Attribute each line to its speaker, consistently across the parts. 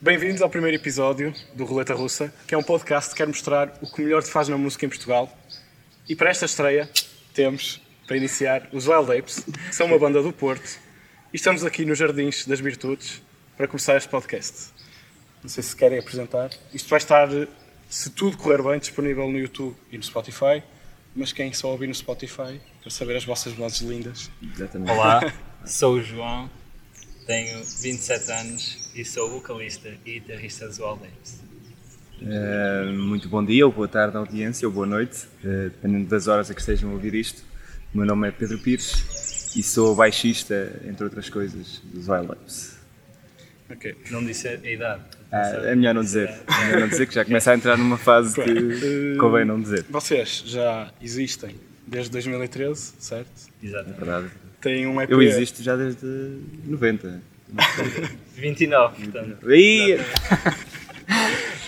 Speaker 1: Bem-vindos ao primeiro episódio do Roleta Russa, que é um podcast que quer mostrar o que melhor se faz na música em Portugal. E para esta estreia temos, para iniciar, os Wild Apes, que são uma banda do Porto, e estamos aqui nos Jardins das Virtudes para começar este podcast. Não sei se querem apresentar. Isto vai estar, se tudo correr bem, disponível no YouTube e no Spotify, mas quem só ouvir no Spotify, para saber as vossas vozes lindas.
Speaker 2: Exatamente.
Speaker 3: Olá, sou o João, tenho 27 anos e sou vocalista e guitarrista dos Wild Apes.
Speaker 2: Eh, muito bom dia, ou boa tarde à audiência, ou boa noite, eh, dependendo das horas a que estejam a ouvir isto. O meu nome é Pedro Pires e sou baixista, entre outras coisas, dos Wild Apes.
Speaker 1: Ok.
Speaker 3: Não disse a idade.
Speaker 2: Ah, é melhor não dizer, é melhor não dizer que já começa a entrar numa fase que convém não dizer.
Speaker 1: Vocês já existem desde 2013, certo?
Speaker 2: Na
Speaker 3: Exato.
Speaker 2: É verdade,
Speaker 1: Tem um EP.
Speaker 3: é?
Speaker 2: eu existo já desde 90.
Speaker 3: 29, portanto.
Speaker 2: Aí,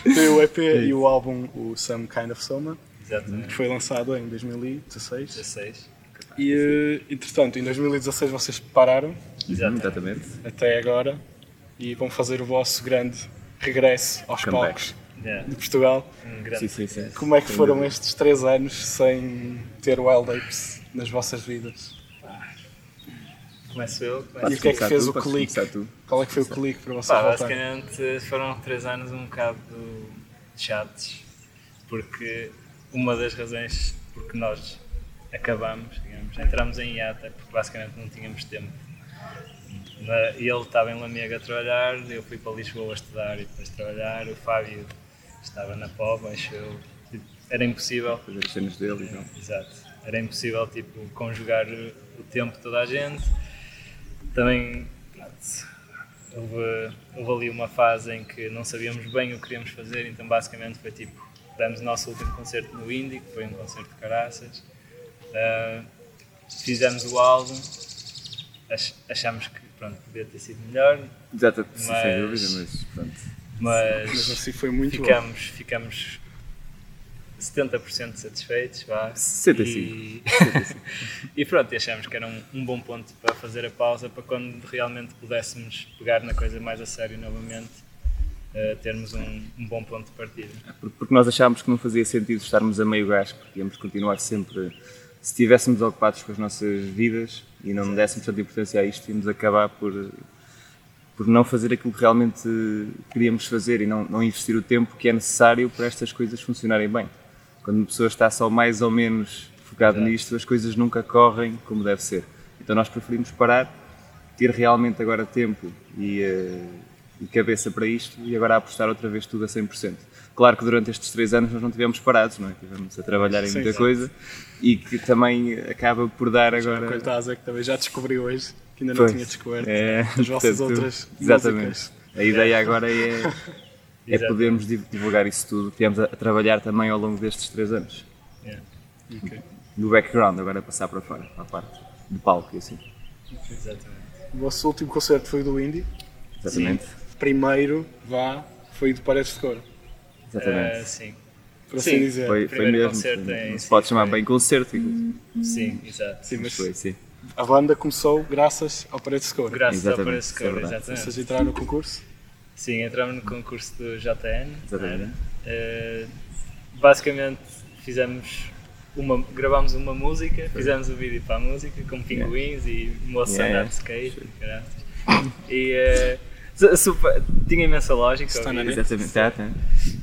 Speaker 1: Tem o EP
Speaker 2: É
Speaker 1: e o álbum o Some Kind of Soma, que
Speaker 3: Exatamente.
Speaker 1: foi lançado em 2016.
Speaker 3: 16.
Speaker 1: E eh, entretanto, em 2016 vocês pararam
Speaker 3: Exatamente.
Speaker 2: exatamente.
Speaker 1: até agora e vão fazer o vosso grande regresso aos
Speaker 2: Comeback.
Speaker 1: palcos
Speaker 3: Yeah.
Speaker 1: de Portugal.
Speaker 3: Um grande
Speaker 2: Sim, sim, sim.
Speaker 1: Como é que foram estes três anos sem ter Wild Apes nas vossas vidas?
Speaker 3: Começo eu.
Speaker 1: E
Speaker 3: Começo
Speaker 1: o que é que
Speaker 2: começar
Speaker 1: fez
Speaker 2: tu,
Speaker 1: o
Speaker 2: podes
Speaker 1: clique?
Speaker 2: começar tu.
Speaker 1: Qual é que foi o clique para vocês
Speaker 3: Pá,
Speaker 1: voltarem?
Speaker 3: basicamente foram três anos um bocado chatos, porque uma das razões porque nós acabamos, digamos, entramos em IATA, porque basicamente não tínhamos tempo. Na- Ele estava em Lamego a trabalhar, eu fui para Lisboa estudar e depois trabalhar, o Fábio estava na Pova, acho eu. Tipo, Era impossível
Speaker 2: Fazer as cenas dele e então.
Speaker 3: Exato. Era impossível tipo, conjugar o tempo de toda a gente. Também pronto, houve, houve ali uma fase em que não sabíamos bem o que queríamos fazer, então basicamente foi tipo, demos o nosso último concerto no Indy, que foi um concerto de caraças. Ah, fizemos o álbum, ach- achámos que pronto, podia ter sido melhor,
Speaker 2: Exato, sim, sem
Speaker 3: Mas-
Speaker 2: dúvida, mas pronto.
Speaker 1: Mas
Speaker 3: mas
Speaker 1: assim foi muito bom.
Speaker 3: ficamos, ficamos 70% satisfeitos, vá.
Speaker 2: 75.
Speaker 3: E, e pronto, e achamos que era um, um bom ponto para fazer a pausa, para quando realmente pudéssemos pegar na coisa mais a sério novamente, eh, termos um, um bom ponto de partida.
Speaker 2: Porque porque nós achámos que não fazia sentido estarmos a meio gás, porque íamos continuar sempre. Se estivéssemos ocupados com as nossas vidas e não dessemos tanta importância a isto, íamos acabar por, por não fazer aquilo que realmente queríamos fazer e não, não investir o tempo que é necessário para estas coisas funcionarem bem. Quando uma pessoa está só mais ou menos focada nisto, as coisas nunca correm como deve ser. Então nós preferimos parar, ter realmente agora tempo e, eh, e cabeça para isto e agora apostar outra vez tudo a 100%. Claro que durante estes três anos nós não tivemos parados, não é? Tivemos a trabalhar em
Speaker 1: Sim,
Speaker 2: muita
Speaker 1: sim.
Speaker 2: coisa e que também acaba por dar agora...
Speaker 1: Coitado, a Zé, que também já descobri hoje, que ainda não
Speaker 2: Pois,
Speaker 1: tinha descoberto.
Speaker 2: é,
Speaker 1: as vossas
Speaker 2: portanto,
Speaker 1: outras
Speaker 2: Exatamente.
Speaker 1: músicas.
Speaker 2: A ideia agora é, é
Speaker 3: Exato.
Speaker 2: podermos div- divulgar isso tudo. Tivemos a, a trabalhar também ao longo destes três anos.
Speaker 3: Yeah.
Speaker 1: Ok.
Speaker 2: No background, agora passar para fora, para a parte de palco e assim.
Speaker 3: É, Exatamente.
Speaker 1: O vosso último concerto foi do Indie,
Speaker 2: Exatamente.
Speaker 1: primeiro, vá, foi do Paredes de Cor,
Speaker 2: Exatamente.
Speaker 3: Eh, sim,
Speaker 1: por
Speaker 3: Sim,
Speaker 1: assim dizer.
Speaker 2: foi, foi
Speaker 3: primeiro
Speaker 2: mesmo.
Speaker 3: concerto em
Speaker 2: não se
Speaker 3: si
Speaker 2: pode chamar
Speaker 3: foi-
Speaker 2: bem concerto.
Speaker 3: sim, exato.
Speaker 1: Sim,
Speaker 2: Mas
Speaker 1: mas
Speaker 2: foi, sim.
Speaker 1: a banda começou graças ao Paredes de Cor.
Speaker 3: Graças ao
Speaker 2: Exatamente,
Speaker 3: Parece
Speaker 2: isso é
Speaker 3: Cover,
Speaker 2: verdade.
Speaker 3: exatamente.
Speaker 1: Vocês entraram no concurso?
Speaker 3: Sim, entramos no concurso do JN.
Speaker 2: Exatamente.
Speaker 3: não era? Eh, basicamente fizemos uma, gravámos uma música, fizemos o vídeo para a música, com pinguins e moça
Speaker 2: Yeah,
Speaker 3: andar
Speaker 2: yeah.
Speaker 3: de skate e caralho. E eh, su- super- tinha imensa lógica.
Speaker 1: Está
Speaker 3: ao
Speaker 1: na
Speaker 3: vídeo.
Speaker 2: Exatamente. Tá, tá.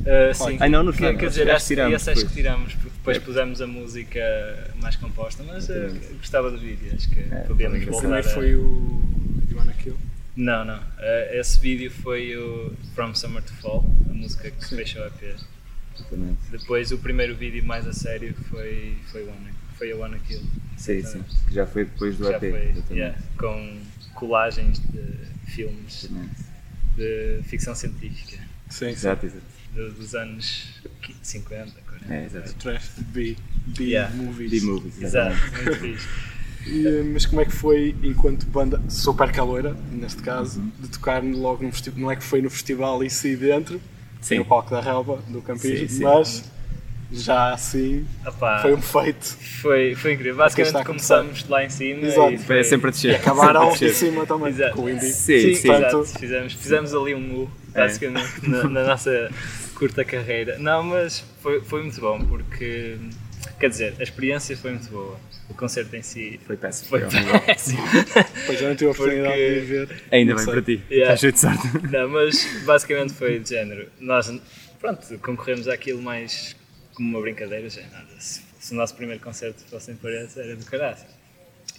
Speaker 3: Eh, sim,
Speaker 2: Ai, não, no
Speaker 3: quer-
Speaker 2: final,
Speaker 3: quer
Speaker 2: acho
Speaker 3: dizer,
Speaker 2: que
Speaker 3: acho,
Speaker 2: tiramos
Speaker 3: esse acho que
Speaker 2: depois. É.
Speaker 3: tiramos, porque depois pusemos a música mais composta, mas eh, gostava do vídeo, acho que
Speaker 2: É.
Speaker 3: podíamos
Speaker 2: foi
Speaker 1: O
Speaker 3: voltar.
Speaker 1: primeiro
Speaker 3: a-
Speaker 1: foi o You Wanna Kill.
Speaker 3: não, não. Eh, esse vídeo foi o From Summer to Fall, a música que fechou a EP.
Speaker 2: Exatamente.
Speaker 3: Depois o primeiro vídeo mais a sério foi, foi, One, foi a One Kill.
Speaker 2: Sim, sim. Que já foi depois do
Speaker 3: Já
Speaker 2: EP.
Speaker 3: foi,
Speaker 2: exatamente.
Speaker 3: yeah, com colagens de filmes
Speaker 2: Exatamente.
Speaker 3: de ficção científica
Speaker 1: Sim, sim.
Speaker 2: Exato, exato.
Speaker 3: do- dos anos 50, 40.
Speaker 2: É, exato.
Speaker 1: Trash B, B
Speaker 3: Yeah.
Speaker 1: movies.
Speaker 2: D-movies.
Speaker 3: Exato, muito fixe.
Speaker 1: E, mas como é que foi, enquanto banda super caloira, neste caso,
Speaker 2: Uhum.
Speaker 1: de tocar logo no festival? Não é que foi no festival e si dentro,
Speaker 2: Sim.
Speaker 1: no palco da relva, do campismo,
Speaker 2: Sim, sim.
Speaker 1: mas já assim
Speaker 3: Opá,
Speaker 1: foi um feito.
Speaker 3: foi, foi incrível.
Speaker 1: Quem está
Speaker 3: Basicamente
Speaker 1: a começar?
Speaker 3: começámos lá em cima.
Speaker 1: Exato.
Speaker 3: E
Speaker 2: Foi
Speaker 3: foi,
Speaker 2: É sempre a descer.
Speaker 1: Acabaram
Speaker 2: sempre a
Speaker 1: em
Speaker 2: descer.
Speaker 1: cima também,
Speaker 3: Exato.
Speaker 1: com o Indy. É.
Speaker 2: Sim, sim.
Speaker 3: exato,
Speaker 1: Portanto,
Speaker 3: fizemos, fizemos ali um U basicamente, na, na nossa curta carreira. Não, mas foi, foi muito bom, porque, quer dizer, a experiência foi muito boa. O concerto em si
Speaker 2: Foi péssimo.
Speaker 3: foi péssimo.
Speaker 1: Pois já não tive a oportunidade
Speaker 3: Porque-
Speaker 1: de ver.
Speaker 2: Ainda
Speaker 1: Não
Speaker 2: bem
Speaker 1: sei.
Speaker 2: para ti.
Speaker 3: Yeah.
Speaker 2: Estás cheio de sorte.
Speaker 3: Não, mas basicamente foi de género. Nós, pronto, concorremos àquilo mais como uma brincadeira, já é nada. Se, se o nosso primeiro concerto fosse em Paris, era do caralho.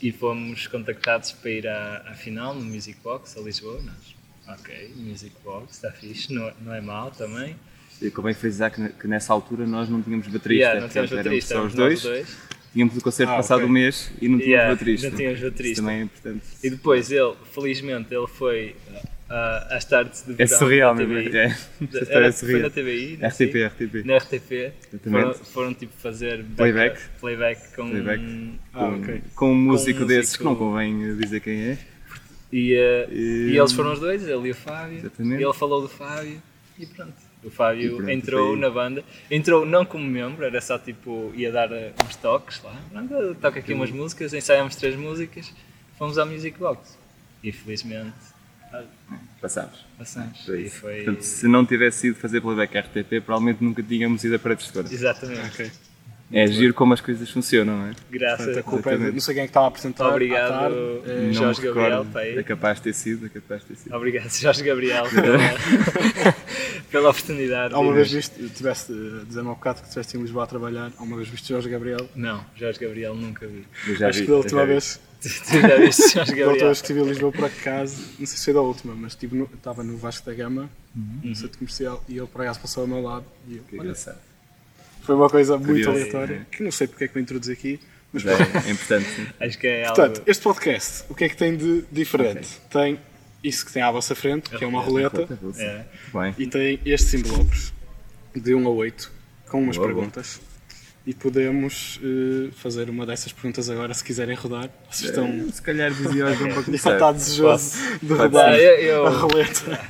Speaker 3: E fomos contactados para ir à, à final, no Music Box, a Lisboa. Nós, ok, Music Box, está fixe, não, é- não é mal também.
Speaker 2: E Como é que foi dizer que, ne- que nessa altura nós não tínhamos baterista?
Speaker 3: Yeah, não tínhamos
Speaker 2: portanto,
Speaker 3: baterista,
Speaker 2: éramos
Speaker 3: éramos
Speaker 2: só
Speaker 3: nós
Speaker 2: os um dois.
Speaker 3: os dois.
Speaker 2: Tínhamos o concerto
Speaker 1: Ah,
Speaker 2: passado
Speaker 1: ok.
Speaker 2: um mês e não tínhamos
Speaker 3: Yeah,
Speaker 2: baterista.
Speaker 3: não tínhamos baterista.
Speaker 2: Isso também é importante.
Speaker 3: E depois ele, felizmente, ele foi ah, às tardes de verão.
Speaker 2: É surreal,
Speaker 3: na
Speaker 2: meu
Speaker 3: TVI.
Speaker 2: Deus. É. Essa história
Speaker 3: Era,
Speaker 2: é
Speaker 3: foi
Speaker 2: surreal.
Speaker 3: na TVI, não sei.
Speaker 2: RTP, RTP.
Speaker 3: na RTP foram,
Speaker 2: Exatamente.
Speaker 3: foram, tipo fazer backup-
Speaker 2: Playback.
Speaker 3: playback com
Speaker 2: Playback.
Speaker 1: Ah, ok.
Speaker 2: Com um músico
Speaker 3: músico-
Speaker 2: desses que não convém eh, dizer quem é.
Speaker 3: E, eh,
Speaker 2: E-
Speaker 3: e eles foram os dois, ele e o Fábio.
Speaker 2: Exatamente.
Speaker 3: Ele falou do Fábio e pronto. O
Speaker 2: E
Speaker 3: Fábio
Speaker 2: pronto,
Speaker 3: entrou
Speaker 2: foi.
Speaker 3: na banda, entrou não como membro, era só tipo, ia dar eh, uns toques lá, Pronto, toca aqui umas músicas, ensaiámos três músicas, fomos à Music Box. E felizmente
Speaker 2: Passámos.
Speaker 3: passamos.
Speaker 2: Foi
Speaker 3: E
Speaker 2: isso.
Speaker 3: foi.
Speaker 2: Portanto, se não tivesse ido fazer playback RTP, provavelmente nunca tínhamos ido a Paredes de Cora.
Speaker 3: Exatamente.
Speaker 2: É giro como as coisas funcionam, não é?
Speaker 1: Portanto, a
Speaker 3: Graças.
Speaker 1: culpa é de
Speaker 2: Exatamente.
Speaker 1: não sei quem é que estava a apresentar. à
Speaker 3: Obrigado,
Speaker 1: tarde.
Speaker 3: eh,
Speaker 2: Não
Speaker 3: Jorge
Speaker 2: me
Speaker 3: Gabriel,
Speaker 2: recordo.
Speaker 3: está aí.
Speaker 2: É capaz de ter sido, é capaz de ter sido.
Speaker 3: Obrigado, Jorge Gabriel, pela, pela oportunidade.
Speaker 1: Alguma
Speaker 3: de-
Speaker 1: vez viste, tiveste, eh, dizer-me há bocado que estiveste em Lisboa a trabalhar, alguma vez viste Jorge Gabriel?
Speaker 3: Não, Jorge Gabriel nunca vi.
Speaker 2: Eu já
Speaker 1: Acho
Speaker 2: vi,
Speaker 1: que da
Speaker 2: eu
Speaker 1: última
Speaker 2: já vi.
Speaker 1: vez,
Speaker 3: Tu tu já viste Jorge
Speaker 1: da última
Speaker 3: Gabriel?
Speaker 1: vez que estive em Lisboa por acaso, não sei se foi da última, mas estive no- estava no Vasco da Gama, no centro comercial, e ele por acaso passou ao meu lado e eu,
Speaker 2: Que
Speaker 1: olha,
Speaker 2: engraçado.
Speaker 1: foi uma coisa muito
Speaker 2: Curioso,
Speaker 1: aleatória, que não sei porque é que me introduzi aqui, mas
Speaker 2: Mas é, é importante, sim.
Speaker 3: Acho que é algo.
Speaker 1: Portanto, este podcast, o que é que tem de diferente? Tem isso que tem à vossa frente, que é uma roleta,
Speaker 3: É.
Speaker 2: Bem,
Speaker 1: e tem estes envelopes, de 1 a 8, com umas
Speaker 2: Boa, boa.
Speaker 1: perguntas. E podemos eh, fazer uma dessas perguntas agora, se quiserem rodar.
Speaker 2: É.
Speaker 1: Vocês estão.
Speaker 2: se calhar dizia hoje um pouco
Speaker 1: Já está desejoso de rodar
Speaker 3: Ah, eu, eu-
Speaker 1: a roleta.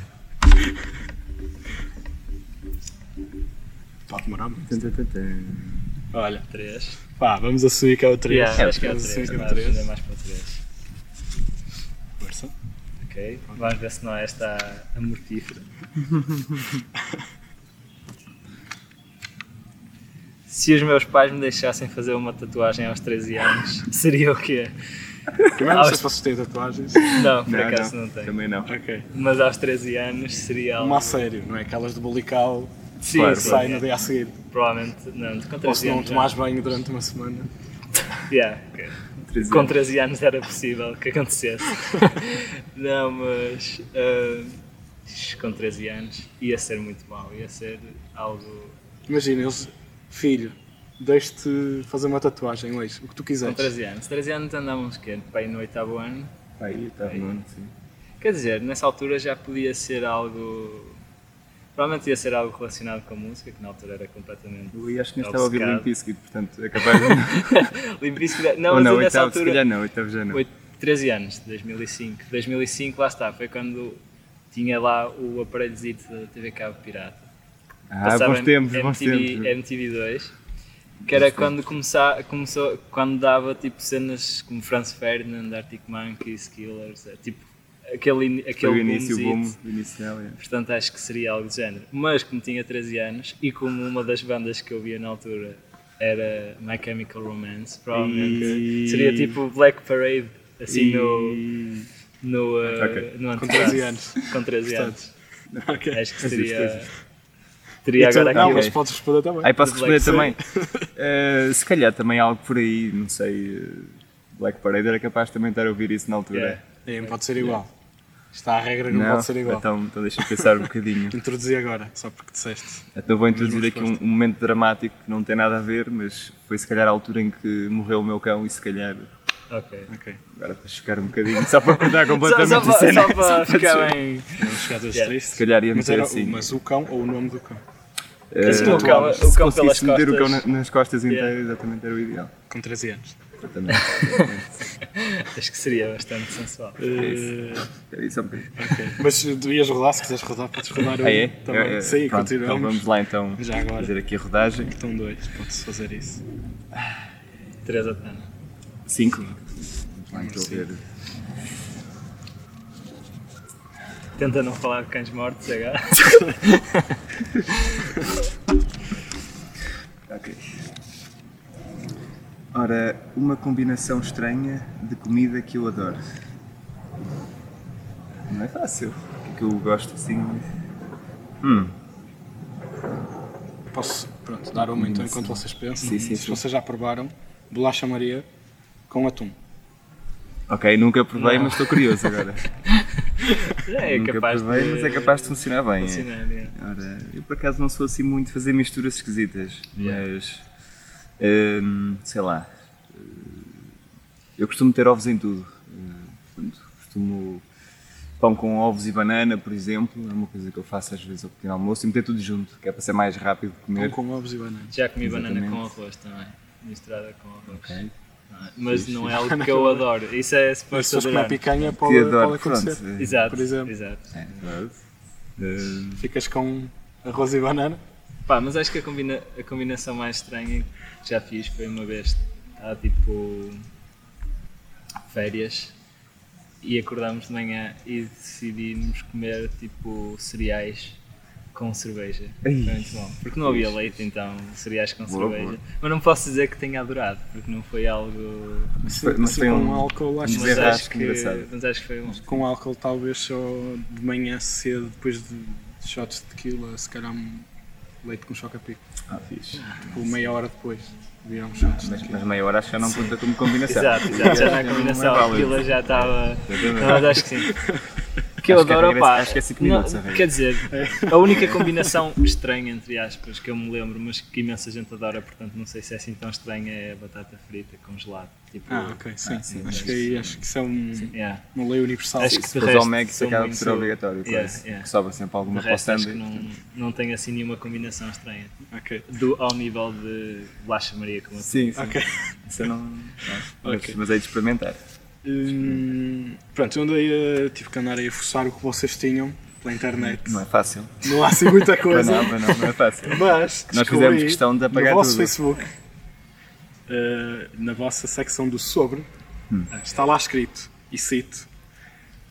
Speaker 1: Pode demorar muito.
Speaker 2: assim,
Speaker 1: Olha,
Speaker 3: Três.
Speaker 1: pá, vamos assumir que é o 3.
Speaker 3: Yeah, acho que é o
Speaker 1: vamos assumir
Speaker 3: três.
Speaker 1: que é o
Speaker 3: Vamos
Speaker 1: 3.
Speaker 3: ainda mais para o três.
Speaker 1: Força.
Speaker 3: Ok. Vamos ver se não é esta a mortífera. Se os meus pais me deixassem fazer uma tatuagem aos 13 anos, seria o quê?
Speaker 1: Primeiro, não
Speaker 3: Ah,
Speaker 1: sei se vocês têm tatuagens.
Speaker 3: Não, por acaso não, tenho.
Speaker 2: Também não.
Speaker 1: ok.
Speaker 3: Mas aos 13 anos seria algo.
Speaker 1: Uma a sério, não é? Aquelas de bolical
Speaker 3: Sim,
Speaker 2: Claro,
Speaker 1: que
Speaker 3: sim,
Speaker 1: saem
Speaker 3: é.
Speaker 1: no dia a seguir.
Speaker 3: Provavelmente não, com 13
Speaker 1: Ou se não
Speaker 3: anos. já.
Speaker 1: tomares banho durante uma semana.
Speaker 3: Yeah, ok.
Speaker 2: Três
Speaker 3: Com
Speaker 2: anos.
Speaker 3: 13 anos era possível que acontecesse. não, mas ah, com 13 anos ia ser muito mau, ia ser algo.
Speaker 1: Imagina, eles, filho, deixe-te fazer uma tatuagem hoje, o que tu
Speaker 3: Com
Speaker 1: quiseres.
Speaker 3: 13 anos. 13 anos andávamos quê? Bem no oitavo ano.
Speaker 2: Aí, tá bom, sim.
Speaker 3: Quer dizer, nessa altura já podia ser algo. Provavelmente ia ser algo relacionado com a música, que na altura era completamente.
Speaker 2: Eu acho que nem estava a ouvir
Speaker 3: Obcecado.
Speaker 2: Limp Bizkit, portanto, é capaz de...
Speaker 3: Limp Bizkit- Não,
Speaker 2: Ou
Speaker 3: mas
Speaker 2: não,
Speaker 3: eu nessa
Speaker 2: oitavo, se
Speaker 3: altura.
Speaker 2: calhar não, oitavo já não.
Speaker 3: Oito- 13 anos, 2005. 2005, lá está, foi quando tinha lá o aparelhozito da TV Cabo Pirata.
Speaker 2: Ah, bons tempos, bons
Speaker 3: MTV,
Speaker 2: tempos.
Speaker 3: MTV2, que era quando começa, começou, quando dava tipo cenas como Franz Ferdinand, Arctic Monkeys, Killers, é, tipo aquele, ini-
Speaker 2: Foi
Speaker 3: aquele
Speaker 2: o início, o boom
Speaker 3: boomzito.
Speaker 2: inicial, é.
Speaker 3: Portanto, acho que seria algo do género. Mas como tinha 13 anos e como uma das bandas que eu via na altura era My Chemical Romance, provavelmente
Speaker 2: E-
Speaker 3: seria tipo Black Parade, assim no,
Speaker 2: E-
Speaker 3: no, uh,
Speaker 2: Ok.
Speaker 3: no
Speaker 1: Com
Speaker 3: antebraço.
Speaker 1: 13 anos.
Speaker 3: Com 13
Speaker 1: Portanto,
Speaker 3: anos.
Speaker 1: Ok.
Speaker 3: Acho que
Speaker 2: Essas
Speaker 3: seria.
Speaker 2: coisas. Então,
Speaker 1: E
Speaker 3: Teria
Speaker 1: tu-
Speaker 3: agora
Speaker 1: não,
Speaker 3: aqui. é.
Speaker 1: mas podes responder também.
Speaker 2: Aí posso
Speaker 3: Do Black
Speaker 2: responder também. Eh, se calhar também algo por aí, não sei. eh, Black Parade era capaz de também estar a ouvir isso na altura.
Speaker 3: Yeah.
Speaker 1: É, não pode ser igual. Está a regra que não, pode ser igual.
Speaker 2: Então, então deixa-me pensar um bocadinho.
Speaker 1: Introduzi agora, só porque disseste.
Speaker 2: Então vou introduzir aqui um, um momento dramático que não tem nada a ver, mas foi se calhar a altura em que morreu o meu cão e se calhar.
Speaker 3: Ok.
Speaker 1: Ok.
Speaker 2: Agora para chocar um bocadinho, só para cortar
Speaker 3: Só,
Speaker 2: completamente
Speaker 3: só,
Speaker 2: a
Speaker 3: para,
Speaker 2: cena.
Speaker 3: só para ficar bem.
Speaker 1: Não chegaste aos
Speaker 3: Yeah.
Speaker 1: tristes.
Speaker 2: Se calhar ia
Speaker 1: Mas,
Speaker 2: meter
Speaker 1: era,
Speaker 2: assim.
Speaker 1: mas o cão ou o nome do cão?
Speaker 2: eh,
Speaker 3: Esse o cão- o
Speaker 2: se
Speaker 3: cão
Speaker 2: conseguisse
Speaker 3: pelas
Speaker 2: meter o cão
Speaker 3: costas.
Speaker 2: na- nas costas inteiras,
Speaker 3: Yeah.
Speaker 2: exatamente era o ideal.
Speaker 1: Com 13 anos.
Speaker 2: Exatamente.
Speaker 3: Acho que seria bastante sensual.
Speaker 2: Era É isso, um bocadinho.
Speaker 1: Eh, Ok. Mas devias rodar, se quiseres rodar, podes rodar um.
Speaker 2: Ah, é?
Speaker 1: Também.
Speaker 2: Eh, eh,
Speaker 1: Sim,
Speaker 2: pronto, então
Speaker 1: continuamos.
Speaker 2: vamos lá então
Speaker 1: Já agora.
Speaker 2: fazer aqui a rodagem.
Speaker 1: Então dois, pode-se fazer isso.
Speaker 3: Teresa Tana.
Speaker 2: 5. Vamos lá então ver.
Speaker 3: Tenta não falar de cães mortos agora.
Speaker 2: Ok. Ora, uma combinação estranha de comida que eu adoro. Não é fácil. O que é que eu gosto assim?
Speaker 1: Posso pronto, dar uma então enquanto vocês pensam?
Speaker 2: Sim, sim,
Speaker 1: Se
Speaker 2: sim.
Speaker 1: vocês já provaram, bolacha Maria com atum.
Speaker 2: Ok, nunca provei, mas estou curioso agora.
Speaker 3: Já é
Speaker 2: nunca
Speaker 3: capaz
Speaker 2: provei,
Speaker 3: de.
Speaker 2: mas é capaz de funcionar bem. é.
Speaker 3: funcionar, é.
Speaker 2: Ora, eu por acaso não sou assim muito de fazer misturas esquisitas, mas hum, sei lá. hum, Eu costumo ter ovos em tudo. Hum, portanto, costumo pão com ovos e banana, por exemplo, é uma coisa que eu faço às vezes ao pequeno almoço e meter tudo junto, que é para ser mais rápido de
Speaker 1: Pão
Speaker 2: comer.
Speaker 1: com ovos e banana.
Speaker 3: Já comi banana com
Speaker 2: Exatamente.
Speaker 3: arroz também. Misturada com arroz.
Speaker 2: Ok.
Speaker 3: Não é? Mas não é algo que eu adoro. Isso é
Speaker 1: Mas
Speaker 3: suposto
Speaker 1: se comer
Speaker 3: adorar.
Speaker 1: picanha
Speaker 2: Que
Speaker 1: pode,
Speaker 2: adoro,
Speaker 1: pode acontecer.
Speaker 2: pronto. eh,
Speaker 3: Exato.
Speaker 1: por exemplo.
Speaker 3: Exato.
Speaker 2: É, verdade. Hum,
Speaker 1: Ficas com arroz e banana.
Speaker 3: Pá, mas acho que a, combina- a combinação mais estranha que já fiz foi uma vez, estava tipo férias e acordámos de manhã e decidimos comer tipo cereais com cerveja.
Speaker 2: Ai.
Speaker 3: Foi muito bom. Porque não havia leite, então cereais com
Speaker 2: Boa,
Speaker 3: cerveja.
Speaker 2: boa.
Speaker 3: Mas não posso dizer que tenha adorado, porque não foi algo.
Speaker 2: mas
Speaker 1: Sim,
Speaker 2: foi- mas
Speaker 1: assim,
Speaker 2: foi
Speaker 1: com
Speaker 2: um
Speaker 1: álcool, acho que
Speaker 3: Mas
Speaker 2: desenrasque
Speaker 3: acho, que,
Speaker 2: engraçado.
Speaker 3: mas acho que foi um- bom.
Speaker 1: Com álcool talvez só de manhã cedo, depois de shots de tequila, se calhar um leite com choca-pico.
Speaker 2: Ah, fixe.
Speaker 1: Tipo, meia hora depois, viram uns shots de
Speaker 2: Mas,
Speaker 1: tequila.
Speaker 2: mas meia hora acho que já não conta como combinação.
Speaker 3: Exato, exato, já
Speaker 2: Não
Speaker 3: na
Speaker 2: é
Speaker 3: combinação
Speaker 2: válido.
Speaker 3: aquilo já estava.
Speaker 2: Exatamente.
Speaker 3: Mas acho que sim. Que eu
Speaker 2: Acho que a
Speaker 3: adoro,
Speaker 2: regra é-
Speaker 3: pá.
Speaker 2: acho que é cinco
Speaker 3: não-
Speaker 2: minutos a regra.
Speaker 3: Quer dizer, a única combinação estranha, entre aspas, que eu me lembro, mas que imensa gente adora, portanto não sei se é assim tão estranha, é a batata frita com gelado. Tipo,
Speaker 1: Ah, ok, sim.
Speaker 2: sim,
Speaker 1: acho que aí acho que isso é um,
Speaker 3: yeah.
Speaker 1: uma lei universal.
Speaker 3: Acho que
Speaker 2: Se
Speaker 3: de
Speaker 2: fores ao
Speaker 3: resto,
Speaker 2: Mac, isso
Speaker 3: são
Speaker 2: é acaba por
Speaker 3: muito-
Speaker 2: ser obrigatório.
Speaker 3: Yeah,
Speaker 2: quase.
Speaker 3: yeah.
Speaker 2: Que sobra sempre alguma
Speaker 3: De
Speaker 2: para o
Speaker 3: resto, acho que
Speaker 2: sanduíche.
Speaker 3: não, não tenho assim nenhuma combinação estranha.
Speaker 1: Ok.
Speaker 3: Do, ao nível de Bolacha Maria, como eu
Speaker 2: Sim, sim.
Speaker 1: Ok.
Speaker 2: Isso eu não. não.
Speaker 1: Ok.
Speaker 2: Mas, mas é de experimentar.
Speaker 1: Hum, pronto, eu andei a, tive que andar aí a forçar o que vocês tinham pela internet.
Speaker 2: Não é fácil.
Speaker 1: Não há assim muita
Speaker 2: Mas
Speaker 1: coisa.
Speaker 2: não, mas não, não é fácil.
Speaker 1: Mas
Speaker 2: Nós
Speaker 1: descobri
Speaker 2: fizemos questão de apagar
Speaker 1: no vosso
Speaker 2: tudo.
Speaker 1: Facebook, eh, na vossa secção do sobre,
Speaker 2: Hum.
Speaker 1: eh, está lá escrito, e cito,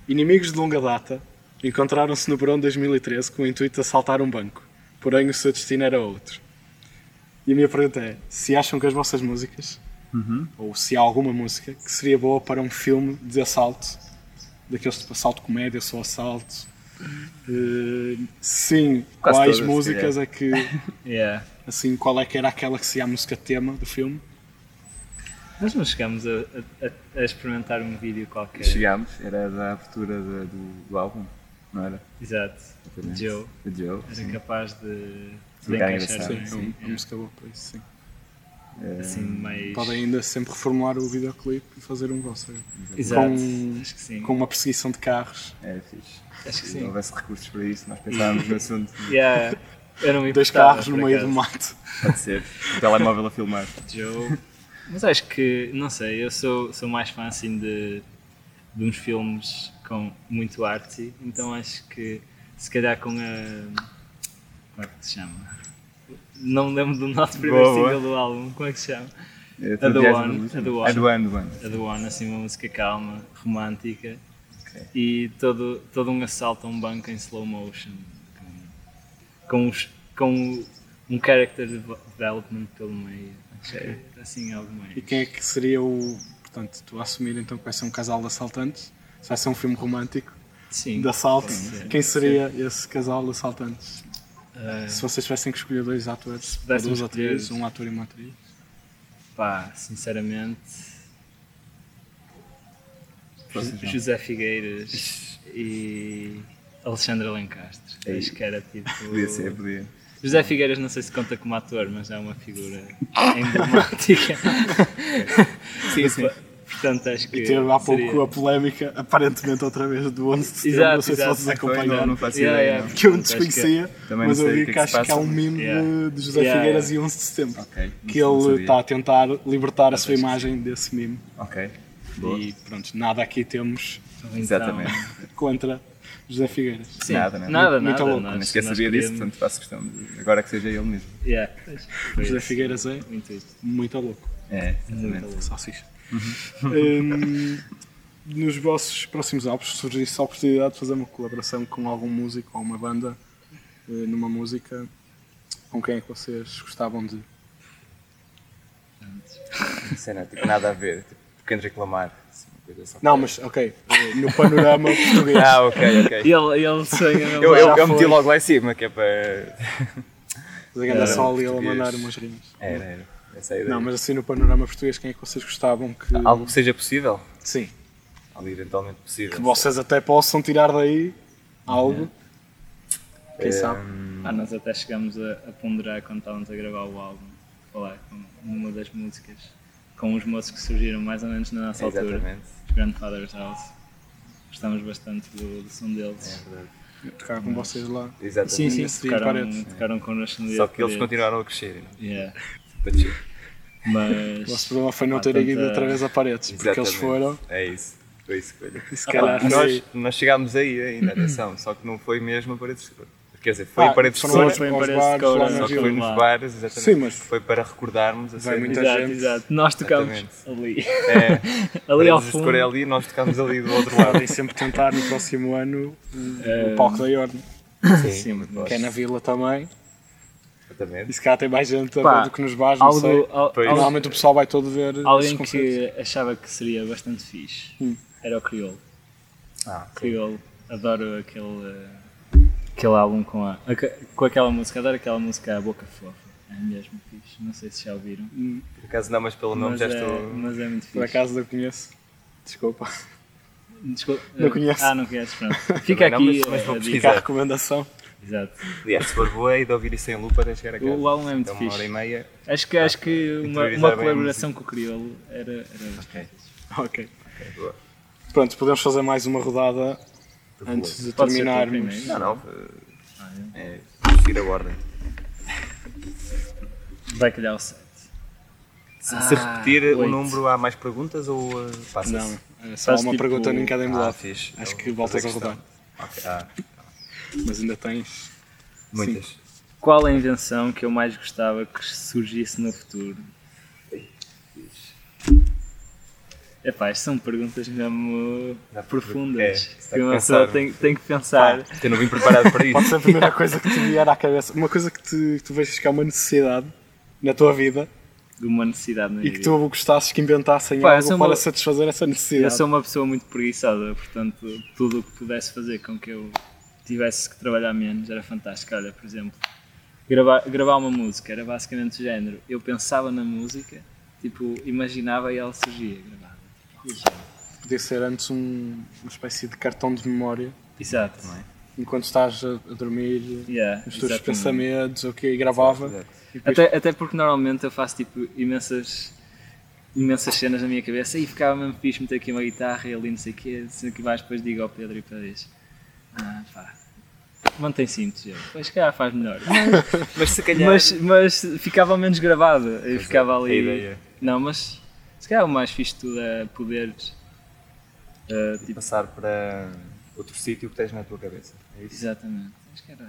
Speaker 1: Inimigos de longa data encontraram-se no verão de 2013 com o intuito de assaltar um banco, porém o seu destino era outro. E a minha pergunta é, se acham que as vossas músicas,
Speaker 2: Uhum.
Speaker 1: ou se há alguma música, que seria boa para um filme de assalto, daqueles tipo assalto comédia, só assalto... eh, sim,
Speaker 2: Quase
Speaker 1: quais
Speaker 2: todas, se
Speaker 1: músicas
Speaker 2: calhar.
Speaker 1: é que
Speaker 3: Yeah.
Speaker 1: assim, qual é que era aquela que seria a música tema do filme?
Speaker 3: Nós não chegámos a, a- a- a experimentar um vídeo qualquer.
Speaker 2: Chegámos, era da abertura da- do, do álbum, não era?
Speaker 3: Exato.
Speaker 2: Exatamente.
Speaker 3: Joe
Speaker 2: O Joe.
Speaker 3: era capaz de, de
Speaker 2: Ficar
Speaker 3: encaixar
Speaker 2: engraçado.
Speaker 3: bem,
Speaker 1: Sim, é uma
Speaker 3: yeah.
Speaker 1: música boa para isso, sim.
Speaker 3: assim, mais.
Speaker 1: Podem ainda sempre reformular o videoclipe e fazer um vosso.
Speaker 3: Exato,
Speaker 1: com-
Speaker 3: acho que sim.
Speaker 1: Com uma perseguição de carros.
Speaker 2: Era fixe.
Speaker 3: Acho que
Speaker 2: Se
Speaker 3: sim.
Speaker 2: houvesse recursos para isso, nós pensávamos no assunto.
Speaker 3: Yeah. Eu não me
Speaker 1: Dois
Speaker 3: importava,
Speaker 1: carros
Speaker 3: tá, por
Speaker 1: no meio
Speaker 3: acaso.
Speaker 1: do mato.
Speaker 2: Pode ser. O telemóvel a filmar.
Speaker 3: Joe. Mas acho que, não sei, eu sou, sou mais fã assim de, de uns filmes com muito arte, então acho que se calhar com a. Como é que se chama? Não me lembro do nosso primeiro
Speaker 2: Boa, boa.
Speaker 3: single do álbum, como é que se chama?
Speaker 2: É,
Speaker 3: A do
Speaker 2: Viagem
Speaker 3: One,
Speaker 2: da Luz,
Speaker 3: a do
Speaker 2: não?
Speaker 3: One.
Speaker 2: A do One, do One.
Speaker 3: a do One, assim, uma música calma, romântica e todo, todo um assalto a um banco em slow motion com, com, os- com um character dev- development pelo meio. Acho que é, assim algo mais.
Speaker 1: E quem é que seria o. Portanto, tu a assumir então que vai ser um casal de assaltantes? Se vai ser um filme romântico
Speaker 3: Sim.
Speaker 1: de assalto,
Speaker 3: Sim.
Speaker 1: quem seria esse casal de assaltantes?
Speaker 3: Ah,
Speaker 1: Se vocês tivessem que escolher dois atores, ou
Speaker 3: pudéssemos
Speaker 1: duas atrizes,
Speaker 3: escolher-
Speaker 1: um ator e uma atriz.
Speaker 3: pá, sinceramente. Jo- José Figueiras e Alexandre Lencastre.
Speaker 1: É
Speaker 2: Ei.
Speaker 3: Acho que era tipo.
Speaker 2: Podia ser, podia.
Speaker 3: José Figueiras não sei se conta como ator, mas é uma figura emblemática.
Speaker 2: Sim, sim.
Speaker 3: Portanto, acho que.
Speaker 1: E teve há pouco
Speaker 3: seria-
Speaker 1: a polémica, aparentemente outra vez, do 11 de setembro.
Speaker 3: Exato,
Speaker 1: não sei
Speaker 3: exato.
Speaker 1: se vocês
Speaker 2: Foi, não,
Speaker 1: acompanharam.
Speaker 2: não faço
Speaker 3: Yeah,
Speaker 2: ideia.
Speaker 3: yeah.
Speaker 2: não.
Speaker 1: que eu me
Speaker 3: Portanto, acho que- é
Speaker 1: desconhecia,
Speaker 2: também
Speaker 1: mas
Speaker 2: não
Speaker 1: eu
Speaker 2: sei
Speaker 1: vi
Speaker 2: o que
Speaker 1: que,
Speaker 2: é que se
Speaker 1: acho que há um
Speaker 2: passa, mas-
Speaker 1: meme
Speaker 3: Yeah.
Speaker 1: de- de José
Speaker 3: Yeah,
Speaker 1: Figueiras
Speaker 3: yeah.
Speaker 1: e 11 de setembro.
Speaker 2: Ok, não
Speaker 1: Que
Speaker 2: sei, não
Speaker 1: ele
Speaker 2: sabia.
Speaker 1: está a tentar libertar a sua imagem desse meme.
Speaker 2: Ok. Boa.
Speaker 1: E pronto, nada aqui temos
Speaker 3: Então,
Speaker 2: Exatamente.
Speaker 1: contra José Figueiras.
Speaker 3: Sim,
Speaker 2: Nada, nada.
Speaker 3: nada.
Speaker 1: Muito
Speaker 3: nada,
Speaker 1: louco,
Speaker 3: nós-
Speaker 2: Eu nem sequer
Speaker 3: nós
Speaker 2: sabia disso,
Speaker 3: queríamos-
Speaker 2: portanto faço questão de. Agora que seja ele mesmo.
Speaker 3: Yeah. Foi
Speaker 1: José
Speaker 3: esse
Speaker 1: Figueiras é
Speaker 3: o intuito.
Speaker 1: muito louco.
Speaker 2: É,
Speaker 3: Muito
Speaker 2: exatamente.
Speaker 3: louco.
Speaker 2: Uhum.
Speaker 1: Salsicha. Hum, nos vossos próximos álbuns surgisse a oportunidade de fazer uma colaboração com algum músico ou uma banda eh, numa música, com quem é que vocês gostavam de.
Speaker 2: Não sei, não, tipo, nada a ver. Tipo, pequenos reclamar. assim, uma coisa só.
Speaker 1: Não, mas ok, eh, no panorama português.
Speaker 2: Ah, ok, ok.
Speaker 3: Ele, ele sonha mesmo.
Speaker 2: Eu, eu,
Speaker 1: Já
Speaker 2: eu meti
Speaker 1: foi.
Speaker 2: logo lá em cima, que é para.
Speaker 1: Fazer ganda
Speaker 2: Era um
Speaker 1: sol e ele a
Speaker 2: português.
Speaker 1: mandar umas rimas.
Speaker 2: Era, era. Essa é a ideia.
Speaker 1: Não, mas assim no panorama português, quem é que vocês gostavam que.
Speaker 2: Algo que seja possível.
Speaker 1: Sim,
Speaker 2: Algo eventualmente possível.
Speaker 1: que vocês até possam tirar daí
Speaker 2: Uhum.
Speaker 1: algo.
Speaker 2: É,
Speaker 1: Quem sabe?
Speaker 3: Ah, nós até chegámos a, a ponderar quando estávamos a gravar o álbum, falar com numa das músicas, com os moços que surgiram mais ou menos na nossa altura,
Speaker 2: Exatamente.
Speaker 3: os Grandfather's House. Gostamos bastante do, do som
Speaker 2: É
Speaker 3: deles.
Speaker 2: verdade.
Speaker 1: Tocar
Speaker 2: hum.
Speaker 1: com vocês lá.
Speaker 2: Exatamente.
Speaker 1: Sim, sim, sim,
Speaker 3: Tocaram,
Speaker 1: parede.
Speaker 3: tocaram connosco no dia
Speaker 2: Só que
Speaker 3: de
Speaker 2: eles
Speaker 3: parede.
Speaker 2: continuaram a crescer. não?
Speaker 3: Yeah.
Speaker 2: Para descer.
Speaker 1: O vosso
Speaker 3: Mas.
Speaker 1: problema foi não
Speaker 3: Há
Speaker 1: terem ido
Speaker 3: tanta-
Speaker 1: outra vez a paredes, porque eles
Speaker 2: Exatamente.
Speaker 1: foram.
Speaker 2: É isso. Foi isso que olha.
Speaker 1: E se calhar
Speaker 2: Ah,
Speaker 1: foi-
Speaker 2: nós, nós chegámos aí ainda, atenção, só que não foi mesmo a parede escura. Quer dizer, foi
Speaker 1: Ah,
Speaker 2: a parede
Speaker 1: foram
Speaker 2: escura,
Speaker 1: aos,
Speaker 2: só
Speaker 3: foi
Speaker 1: aos
Speaker 3: parece
Speaker 1: bares,
Speaker 3: que agora
Speaker 1: lá
Speaker 3: não
Speaker 1: na
Speaker 2: que
Speaker 3: viu.
Speaker 1: vila.
Speaker 2: foi
Speaker 3: Lá.
Speaker 2: nos bares, exatamente.
Speaker 1: Sim, mas-
Speaker 2: Foi para recordarmos assim, é,
Speaker 1: Vai
Speaker 2: a cena.
Speaker 1: muita
Speaker 3: Exato,
Speaker 1: gente.
Speaker 3: exato. Nós tocámos
Speaker 2: Exatamente.
Speaker 3: ali.
Speaker 2: É,
Speaker 3: ali ao
Speaker 2: paredes escura é
Speaker 3: fundo.
Speaker 2: ali e nós tocámos ali do outro lado.
Speaker 1: Podem sempre tentar no próximo ano
Speaker 3: Eh,
Speaker 2: É.
Speaker 1: o palco da Yorn,
Speaker 3: Sim,
Speaker 1: que é na vila também. E
Speaker 2: Exatamente.
Speaker 1: se calhar tem mais gente a
Speaker 3: Pá,
Speaker 1: ver do que nos bares, não sei.
Speaker 3: Algo, al-
Speaker 2: Pois.
Speaker 3: algo-
Speaker 1: Normalmente o pessoal vai todo ver os
Speaker 3: alguém
Speaker 1: concertos.
Speaker 3: que achava que seria bastante fixe
Speaker 1: Hum.
Speaker 3: era o Criolo.
Speaker 2: Ah, sim.
Speaker 3: Criolo, adoro aquele, eh, aquele álbum com, a, aca- com aquela música, adoro aquela música A Boca Fofa. É mesmo fixe, não sei se já ouviram.
Speaker 2: Por acaso não, mas pelo nome
Speaker 3: Mas
Speaker 2: já
Speaker 3: é,
Speaker 2: estou.
Speaker 3: mas é muito
Speaker 1: Por
Speaker 3: fixe.
Speaker 1: acaso eu conheço. Desculpa.
Speaker 3: Desculpa,
Speaker 1: Não
Speaker 3: eh,
Speaker 1: conheço.
Speaker 3: Ah, não conheces, pronto. Fica
Speaker 2: não,
Speaker 3: aqui
Speaker 2: mas- mas vou
Speaker 3: a
Speaker 1: Fica
Speaker 2: pesquisar.
Speaker 3: dica.
Speaker 1: a recomendação.
Speaker 3: Exato.
Speaker 2: Aliás, se for boa, e de ouvir isso em loop até chegar a casa.
Speaker 3: O álbum é muito
Speaker 2: Então, uma hora
Speaker 3: fixe.
Speaker 2: e meia.
Speaker 3: Acho que, acho que uma,
Speaker 2: interiorizar
Speaker 3: uma
Speaker 2: Tá, bem a
Speaker 3: colaboração com o Criolo era, era bastante
Speaker 2: Ok.
Speaker 3: fixe.
Speaker 1: Ok.
Speaker 2: é boa.
Speaker 1: Pronto, podemos fazer mais uma rodada antes de
Speaker 3: Pode ser tu
Speaker 1: terminarmos.
Speaker 3: primeiro.
Speaker 2: Não, não.
Speaker 3: Ah, é.
Speaker 2: É, seguir a ordem.
Speaker 3: Vai calhar o set.
Speaker 2: Se, se
Speaker 3: Ah,
Speaker 2: repetir o
Speaker 3: oito.
Speaker 2: número, há mais perguntas ou uh, passa-se?
Speaker 1: Não, é só
Speaker 3: Faz
Speaker 1: uma
Speaker 3: tipo-
Speaker 1: pergunta nem cada
Speaker 2: Ah,
Speaker 1: lado.
Speaker 2: fixe.
Speaker 1: Acho
Speaker 2: Eu
Speaker 1: que
Speaker 2: vou
Speaker 1: voltas
Speaker 2: fazer
Speaker 1: a rodar.
Speaker 2: questão. Ok, ah,
Speaker 1: Mas ainda tens.
Speaker 2: muitas.
Speaker 3: Qual a invenção que eu mais gostava que surgisse no futuro? Epá, isto são perguntas mesmo
Speaker 2: Dá pra- é,
Speaker 3: profundas.
Speaker 2: está
Speaker 3: que
Speaker 2: a
Speaker 3: uma
Speaker 2: pensar.
Speaker 3: pessoa tem, tem que pensar.
Speaker 2: Eu não vim preparado
Speaker 1: Pode
Speaker 2: para
Speaker 1: ser
Speaker 2: isso.
Speaker 1: a primeira coisa que te vier à cabeça. Uma coisa que, te, que tu vejas que é uma necessidade na tua vida
Speaker 3: de uma necessidade na
Speaker 1: e
Speaker 3: minha
Speaker 1: que
Speaker 3: vida.
Speaker 1: tu gostasses que inventassem
Speaker 3: Pá, eu
Speaker 1: algo
Speaker 3: sou
Speaker 1: para
Speaker 3: uma-
Speaker 1: satisfazer essa é necessidade.
Speaker 3: Eu sou uma pessoa muito preguiçada, portanto, tudo o que pudesse fazer com que eu tivesse que trabalhar menos era fantástico. Olha, por exemplo, gravar, gravar uma música era basicamente o género. Eu pensava na música, tipo, imaginava e ela surgia gravada.
Speaker 1: Podia ser antes um- uma espécie de cartão de memória
Speaker 3: Exato.
Speaker 1: enquanto estás a, a dormir, é?
Speaker 3: Yeah,
Speaker 1: os teus
Speaker 3: exatamente.
Speaker 1: pensamentos, ok, e gravava. E depois-
Speaker 3: Até, até porque normalmente eu faço tipo imensas imensas cenas na minha cabeça e ficava mesmo fixe meter aqui uma guitarra e ali não sei o quê, sendo que vais depois digo ao Pedro e Pedro diz ah pá, mantém simples, eu. pois se calhar faz melhor.
Speaker 2: Mas se calhar.
Speaker 3: mas, mas ficava menos gravado, eu ficava ali...
Speaker 2: a ideia.
Speaker 3: Não, mas se calhar o mais fixe de tudo é poderes... eh, tipo,
Speaker 2: Passar para outro sítio que tens na tua cabeça. É isso?
Speaker 3: exatamente, acho que era...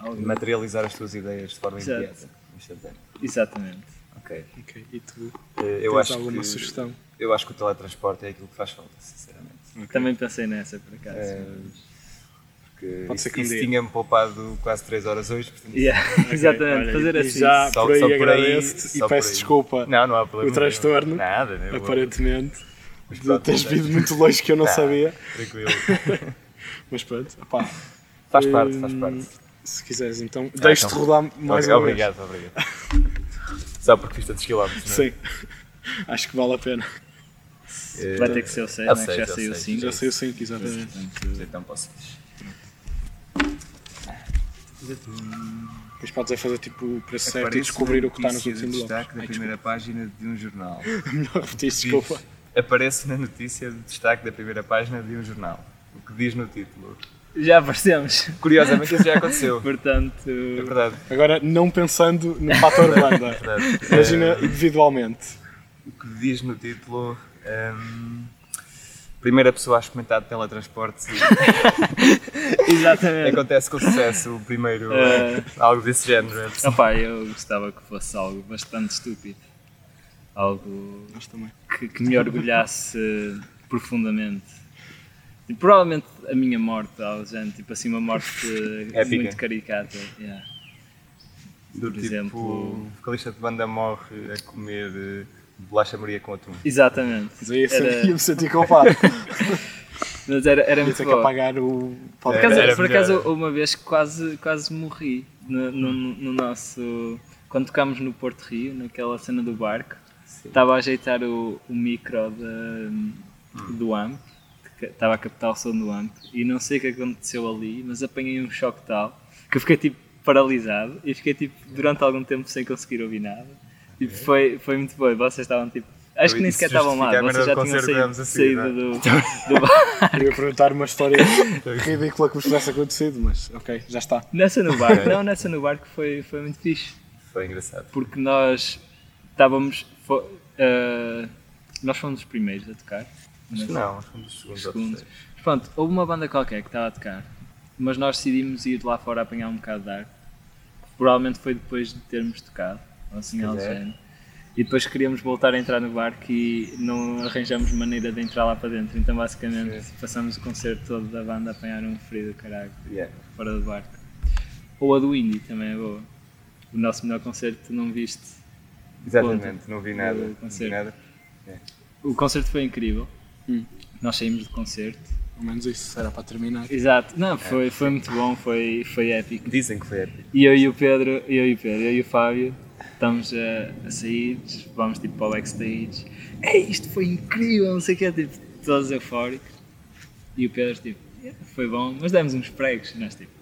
Speaker 3: algo-
Speaker 2: Materializar as tuas ideias de forma
Speaker 3: Exato.
Speaker 2: imediata. instantânea.
Speaker 3: Exatamente.
Speaker 2: Ok.
Speaker 1: Ok, e tu
Speaker 2: Eh, Eu
Speaker 1: tens
Speaker 2: acho,
Speaker 1: alguma
Speaker 2: que,
Speaker 1: sugestão? Hum.
Speaker 2: eu acho que o teletransporte é aquilo que faz falta, sinceramente.
Speaker 3: Também pensei nessa, por acaso.
Speaker 2: Eh, Porque
Speaker 1: Pode ser
Speaker 2: isso,
Speaker 1: que um
Speaker 2: isso
Speaker 1: dia.
Speaker 2: tinha-me poupado quase 3 horas hoje. Portanto,
Speaker 3: Yeah, exatamente,
Speaker 1: olha,
Speaker 3: fazer
Speaker 1: e
Speaker 3: assim.
Speaker 1: já
Speaker 2: Só-
Speaker 1: por aí
Speaker 2: só por aí,
Speaker 1: agradeço-te e
Speaker 2: só por
Speaker 1: peço
Speaker 2: aí.
Speaker 1: desculpa,
Speaker 2: Não, não há problema.
Speaker 1: O transtorno,
Speaker 2: Nada, né?
Speaker 1: aparentemente,
Speaker 2: Mas
Speaker 1: de
Speaker 2: pronto,
Speaker 1: teres
Speaker 2: não
Speaker 1: vindo muito longe que eu não
Speaker 2: Tá,
Speaker 1: sabia.
Speaker 2: Tranquilo.
Speaker 1: Mas pronto, opá,
Speaker 2: Faz parte, faz parte.
Speaker 1: se quiseres então, deixo-te
Speaker 2: então.
Speaker 1: rodar Eh, mais
Speaker 2: Ok,
Speaker 1: uma
Speaker 2: obrigado, obrigado. Só porque fiz tantos quilómetros, não é?
Speaker 1: vez. Sim, acho que vale a pena.
Speaker 2: Eh,
Speaker 3: Vai ter que ser o 6,
Speaker 2: Eu
Speaker 3: né?
Speaker 2: sei,
Speaker 3: que
Speaker 2: eu
Speaker 3: já saiu o
Speaker 2: sei.
Speaker 3: 5.
Speaker 1: Já saiu 5, exatamente.
Speaker 2: Então posso.
Speaker 1: Depois podes é fazer tipo o preço certo e descobrir o que tá está nos últimos blocos.
Speaker 2: destaque da
Speaker 1: Ai,
Speaker 2: primeira página de um jornal.
Speaker 1: Não repetiste, desculpa.
Speaker 2: Aparece na notícia de destaque da primeira página de um jornal. O que diz no título.
Speaker 3: Já aparecemos.
Speaker 2: Curiosamente, isso já aconteceu.
Speaker 3: Portanto,
Speaker 2: É verdade.
Speaker 1: Agora, não pensando no fator banda,
Speaker 2: é verdade.
Speaker 1: imagina individualmente.
Speaker 2: o que diz no título. ehm, primeira pessoa a experimentar teletransporte.
Speaker 3: exatamente.
Speaker 2: Acontece com sucesso o primeiro.
Speaker 3: Eh.
Speaker 2: Algo desse género. é possível.
Speaker 3: Opa, eu gostava que fosse algo bastante estúpido. Algo
Speaker 1: Nós também.
Speaker 3: que, que me orgulhasse profundamente. E provavelmente a minha morte, Alexandre, tipo assim, uma morte
Speaker 2: Épica.
Speaker 3: muito caricata. yeah.
Speaker 2: Do
Speaker 3: Por
Speaker 2: tipo,
Speaker 3: exemplo-
Speaker 2: vocalista de banda morre a comer eh, bolacha Maria com atum.
Speaker 3: Exatamente.
Speaker 1: é
Speaker 3: Era-
Speaker 1: Ia-me sentir culpado.
Speaker 3: mas era, era
Speaker 1: Ia
Speaker 3: muito
Speaker 1: ter que
Speaker 3: bom.
Speaker 1: apagar o
Speaker 3: Por
Speaker 1: podcast.
Speaker 3: acaso,
Speaker 2: É, Era
Speaker 3: por
Speaker 2: melhor. Hum.
Speaker 3: acaso, uma vez quase, quase morri no, no- no- no nosso. Quando tocámos no Porto Rio, naquela cena do barco, estava a ajeitar o, o micro
Speaker 2: Hum.
Speaker 3: da- do AMP, que estava a captar o som do AMP, e não sei o que aconteceu ali, mas apanhei um choque tal que eu fiquei tipo paralisado e fiquei tipo durante algum tempo sem conseguir ouvir nada. Tipo, foi, foi muito bom, vocês estavam tipo. Acho que nem
Speaker 2: Isso
Speaker 3: sequer estavam lá,
Speaker 2: justifica a
Speaker 3: vocês já
Speaker 2: merda do
Speaker 3: tinham
Speaker 2: concerto que
Speaker 3: saído,
Speaker 2: demos a seguir, não
Speaker 3: saído do, do bar.
Speaker 1: Eu ia perguntar uma história ridícula que vos tivesse acontecido, mas ok, já está.
Speaker 3: Nessa no barco, não, nessa no barco foi, foi muito fixe,
Speaker 2: Foi engraçado.
Speaker 3: porque nós estávamos. fo- ah, nós fomos os primeiros a tocar.
Speaker 2: Acho que
Speaker 3: nessa-
Speaker 2: não, acho que um dos segundos ou
Speaker 3: segundos.
Speaker 2: terceiros.
Speaker 3: Pronto, houve uma banda qualquer que estava a tocar, mas nós decidimos ir lá fora apanhar um bocado de ar. Provavelmente foi depois de termos tocado, ou assim, algo do
Speaker 2: calhar.
Speaker 3: género. E depois queríamos voltar a entrar no barco e não arranjamos maneira de entrar lá para dentro. Então, basicamente, passamos o concerto todo da banda a apanhar um frio do caralho
Speaker 2: Yeah.
Speaker 3: fora do barco. Ou a do Indy também é boa. O nosso melhor concerto tu não viste.
Speaker 2: Exatamente, não vi nada.
Speaker 3: Eu
Speaker 2: Não vi
Speaker 3: consigo.
Speaker 2: nada.
Speaker 3: O concerto foi incrível.
Speaker 1: Hum.
Speaker 3: Nós saímos do concerto.
Speaker 1: Ao menos isso, era para terminar.
Speaker 3: Exato. Não, foi, foi muito bom, foi, foi épico.
Speaker 2: Dizem que foi épico.
Speaker 3: E eu e o Pedro, eu e o Pedro, eu e o Fábio, estamos a, a sair, vamos tipo para o backstage. Ei, isto foi incrível, não sei o que é, tipo, todos eufóricos. E o Pedro, tipo, "Yeah, foi bom, mas demos uns pregos. E nós, tipo,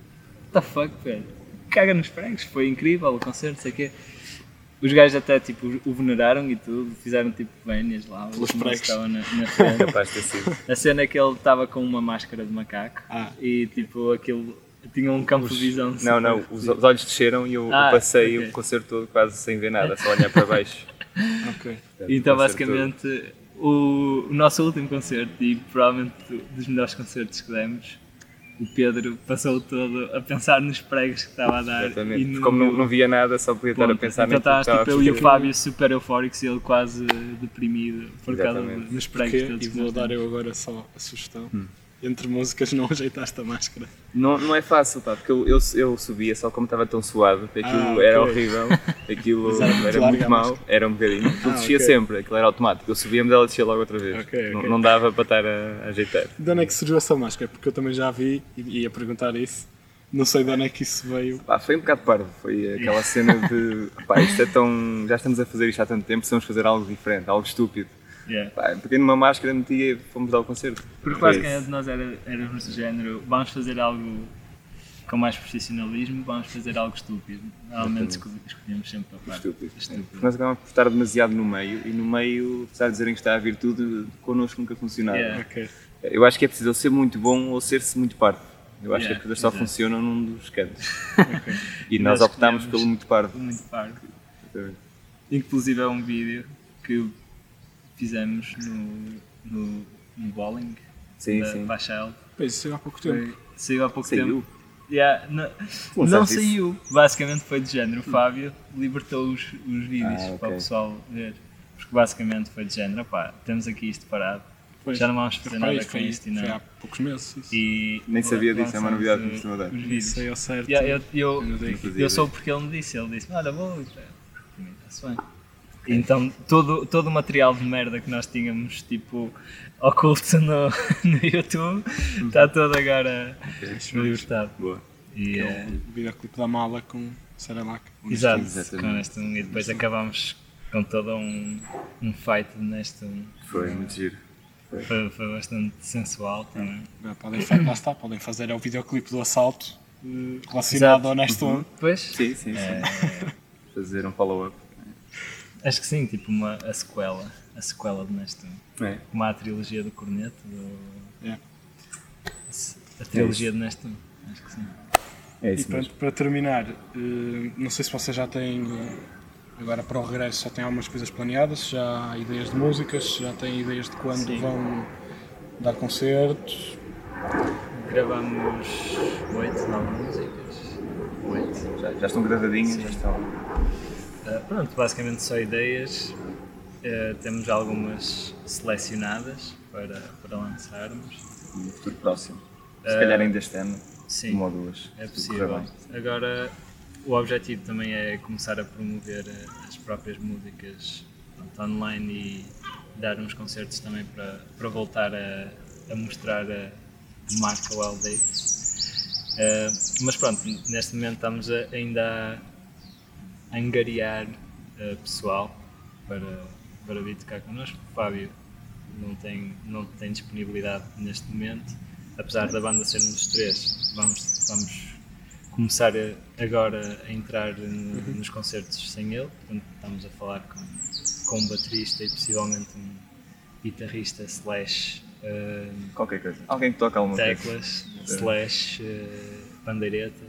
Speaker 3: what the fuck, Pedro? Caga nos pregos, foi incrível o concerto, não sei o que Os gajos até, tipo, o veneraram e tudo, fizeram, tipo, vénias lá.
Speaker 1: Pelos
Speaker 3: o moço
Speaker 1: pregos.
Speaker 3: Estava na, na frente.
Speaker 2: Capaz de ter sido.
Speaker 3: A cena é que ele estava com uma máscara de macaco
Speaker 1: Ah.
Speaker 3: e, tipo, aquilo tinha um campo de visão.
Speaker 2: Não,
Speaker 3: super
Speaker 2: não, os, os olhos desceram e eu, eu
Speaker 3: Ah,
Speaker 2: passei
Speaker 3: ok.
Speaker 2: o concerto todo quase sem ver nada, só olhar para baixo.
Speaker 1: Ok.
Speaker 2: Portanto,
Speaker 3: Então,
Speaker 2: o concerto todo.
Speaker 3: basicamente, o, o nosso último concerto e provavelmente dos melhores concertos que demos, o Pedro passou o todo a pensar nos pregos que estava a dar.
Speaker 2: Exatamente.
Speaker 3: e no-
Speaker 2: Como não, não via nada, só podia estar a
Speaker 3: ponto.
Speaker 2: pensar
Speaker 3: Então
Speaker 2: naquilo que
Speaker 3: estás tipo eu
Speaker 2: a
Speaker 3: e o
Speaker 2: fazer.
Speaker 3: Fábio super eufóricos e ele quase deprimido por causa
Speaker 2: Exatamente.
Speaker 3: de- dos
Speaker 1: Porque,
Speaker 3: pregos todos.
Speaker 1: e
Speaker 3: que
Speaker 1: vou
Speaker 3: nós
Speaker 1: dar
Speaker 3: demos.
Speaker 1: eu agora só a sugestão.
Speaker 3: Hum.
Speaker 1: Entre músicas não ajeitaste a máscara.
Speaker 2: Não, não é fácil, pá, porque eu, eu, eu subia só como estava tão suado, aquilo
Speaker 1: Ah, ok.
Speaker 2: era horrível, aquilo
Speaker 1: Exato,
Speaker 2: era
Speaker 1: larga a
Speaker 2: muito mau, era um bocadinho. Aquilo
Speaker 1: Ah,
Speaker 2: descia
Speaker 1: ok.
Speaker 2: sempre, aquilo era automático. Eu subia, mas ela descia logo outra vez.
Speaker 1: Ok,
Speaker 2: Não,
Speaker 1: ok.
Speaker 2: não dava para estar a, a ajeitar.
Speaker 1: De onde é que surgiu essa máscara? Porque eu também já vi e ia perguntar isso. Não sei de onde é que isso veio.
Speaker 2: Pá, foi um bocado parvo, foi aquela cena de pá, isto é tão. já estamos a fazer isto há tanto tempo, precisamos fazer algo diferente, algo estúpido.
Speaker 3: Yeah.
Speaker 2: Pá, peguei numa máscara, meti e fomos dar o concerto.
Speaker 3: Porque é
Speaker 2: Foi
Speaker 3: basicamente nós era- éramos do género, vamos fazer algo com mais profissionalismo, vamos fazer algo estúpido. Normalmente escolhi- escolhíamos sempre a parte
Speaker 2: Estúpido.
Speaker 3: estúpida.
Speaker 2: Porque nós acabamos por estar demasiado no meio e no meio, apesar de dizerem que está a virtude, connosco nunca funcionava.
Speaker 3: Yeah.
Speaker 1: Ok.
Speaker 2: Eu acho que é preciso ou ser muito bom ou ser-se muito parvo. Eu acho
Speaker 3: Yeah,
Speaker 2: que as coisas só
Speaker 3: exato.
Speaker 2: funcionam num dos cantos.
Speaker 1: ok.
Speaker 2: E
Speaker 3: Nós
Speaker 2: nós optámos
Speaker 3: escolhemos
Speaker 2: pelo muito parvo.
Speaker 3: Muito parvo. Inclusive é um vídeo que fizemos no, no, no bowling
Speaker 2: Sim,
Speaker 3: da
Speaker 2: sim.
Speaker 3: Baixel.
Speaker 1: Pois, isso saiu há pouco tempo.
Speaker 3: Saiu há pouco
Speaker 2: Saiu.
Speaker 3: tempo. Yeah, na-
Speaker 2: não
Speaker 3: não
Speaker 2: sabes
Speaker 3: saiu. Basicamente foi de género. O Fábio libertou os, os vídeos
Speaker 2: Ah, ok.
Speaker 3: para o pessoal ver. Porque basicamente foi de género, pá, temos aqui isto parado.
Speaker 1: Pois.
Speaker 3: Já não vamos fazer
Speaker 1: Rapaz,
Speaker 3: nada com
Speaker 1: foi,
Speaker 3: isto e não. é?
Speaker 1: foi há poucos meses. Isso.
Speaker 3: E
Speaker 2: Nem sabia disso, é uma novidade que me
Speaker 3: lançamos,
Speaker 2: estou a dar.
Speaker 3: uh, os vídeos.
Speaker 1: Isso aí ao certo.
Speaker 3: Yeah, eu, eu,
Speaker 1: Não dei
Speaker 2: aqui.
Speaker 3: eu sou porque ele me disse, ele disse, olha, vou, é, está-se bem. Então, todo, todo o material de merda que nós tínhamos, tipo, oculto no, no YouTube, está todo agora libertado.
Speaker 2: Boa.
Speaker 3: E, eh,
Speaker 1: O videoclipe da mala com Saramac.
Speaker 3: exato,
Speaker 2: exatamente.
Speaker 3: com este um, e depois acabámos com todo um, um fight neste um.
Speaker 2: Foi muito giro.
Speaker 3: Foi, foi bastante sensual também.
Speaker 1: Podem fazer, lá está, podem fazer é o videoclipe do assalto eh, relacionado ao Nesto um.
Speaker 3: Depois,
Speaker 2: Sim, sim, sim.
Speaker 3: É.
Speaker 2: Fazer um follow-up.
Speaker 3: acho que sim, tipo, uma, a sequela, a sequela de neste um.
Speaker 2: É.
Speaker 3: Como há a trilogia do Corneto, do-
Speaker 1: É.
Speaker 3: a trilogia de Nestum, acho que sim.
Speaker 2: É
Speaker 1: E
Speaker 2: isso
Speaker 1: pronto,
Speaker 2: mesmo.
Speaker 1: para terminar, eh, não sei se vocês já têm, eh, agora para o regresso, já têm algumas coisas planeadas, já há ideias de músicas, já têm ideias de quando
Speaker 3: Sim.
Speaker 1: vão dar concertos.
Speaker 3: Gravamos oito, nove músicas. Oito.
Speaker 2: Já, já estão gravadinhas, já estão.
Speaker 3: Ah, pronto, basicamente só ideias. Eh, temos algumas selecionadas para, para lançarmos.
Speaker 2: no futuro próximo. Se
Speaker 3: É.
Speaker 2: calhar ainda este ano,
Speaker 3: Sim.
Speaker 2: uma ou duas. se
Speaker 3: É
Speaker 2: tudo
Speaker 3: possível.
Speaker 2: correr bem.
Speaker 3: Agora, o objetivo também é começar a promover eh, as próprias músicas pronto, online e dar uns concertos também para, para voltar a, a mostrar a marca Wild Dates. Eh, mas pronto, neste momento estamos a- ainda a angariar eh, pessoal para, para vir tocar connosco. O Fábio não tem, não tem disponibilidade neste momento, apesar da banda sermos três, vamos, vamos começar a- agora a entrar no- nos concertos sem ele. Portanto, estamos a falar com, com um baterista e possivelmente um guitarrista slash eh,
Speaker 2: Qualquer coisa. Alguém que toca alguma coisa.
Speaker 3: teclas slash eh, pandeireta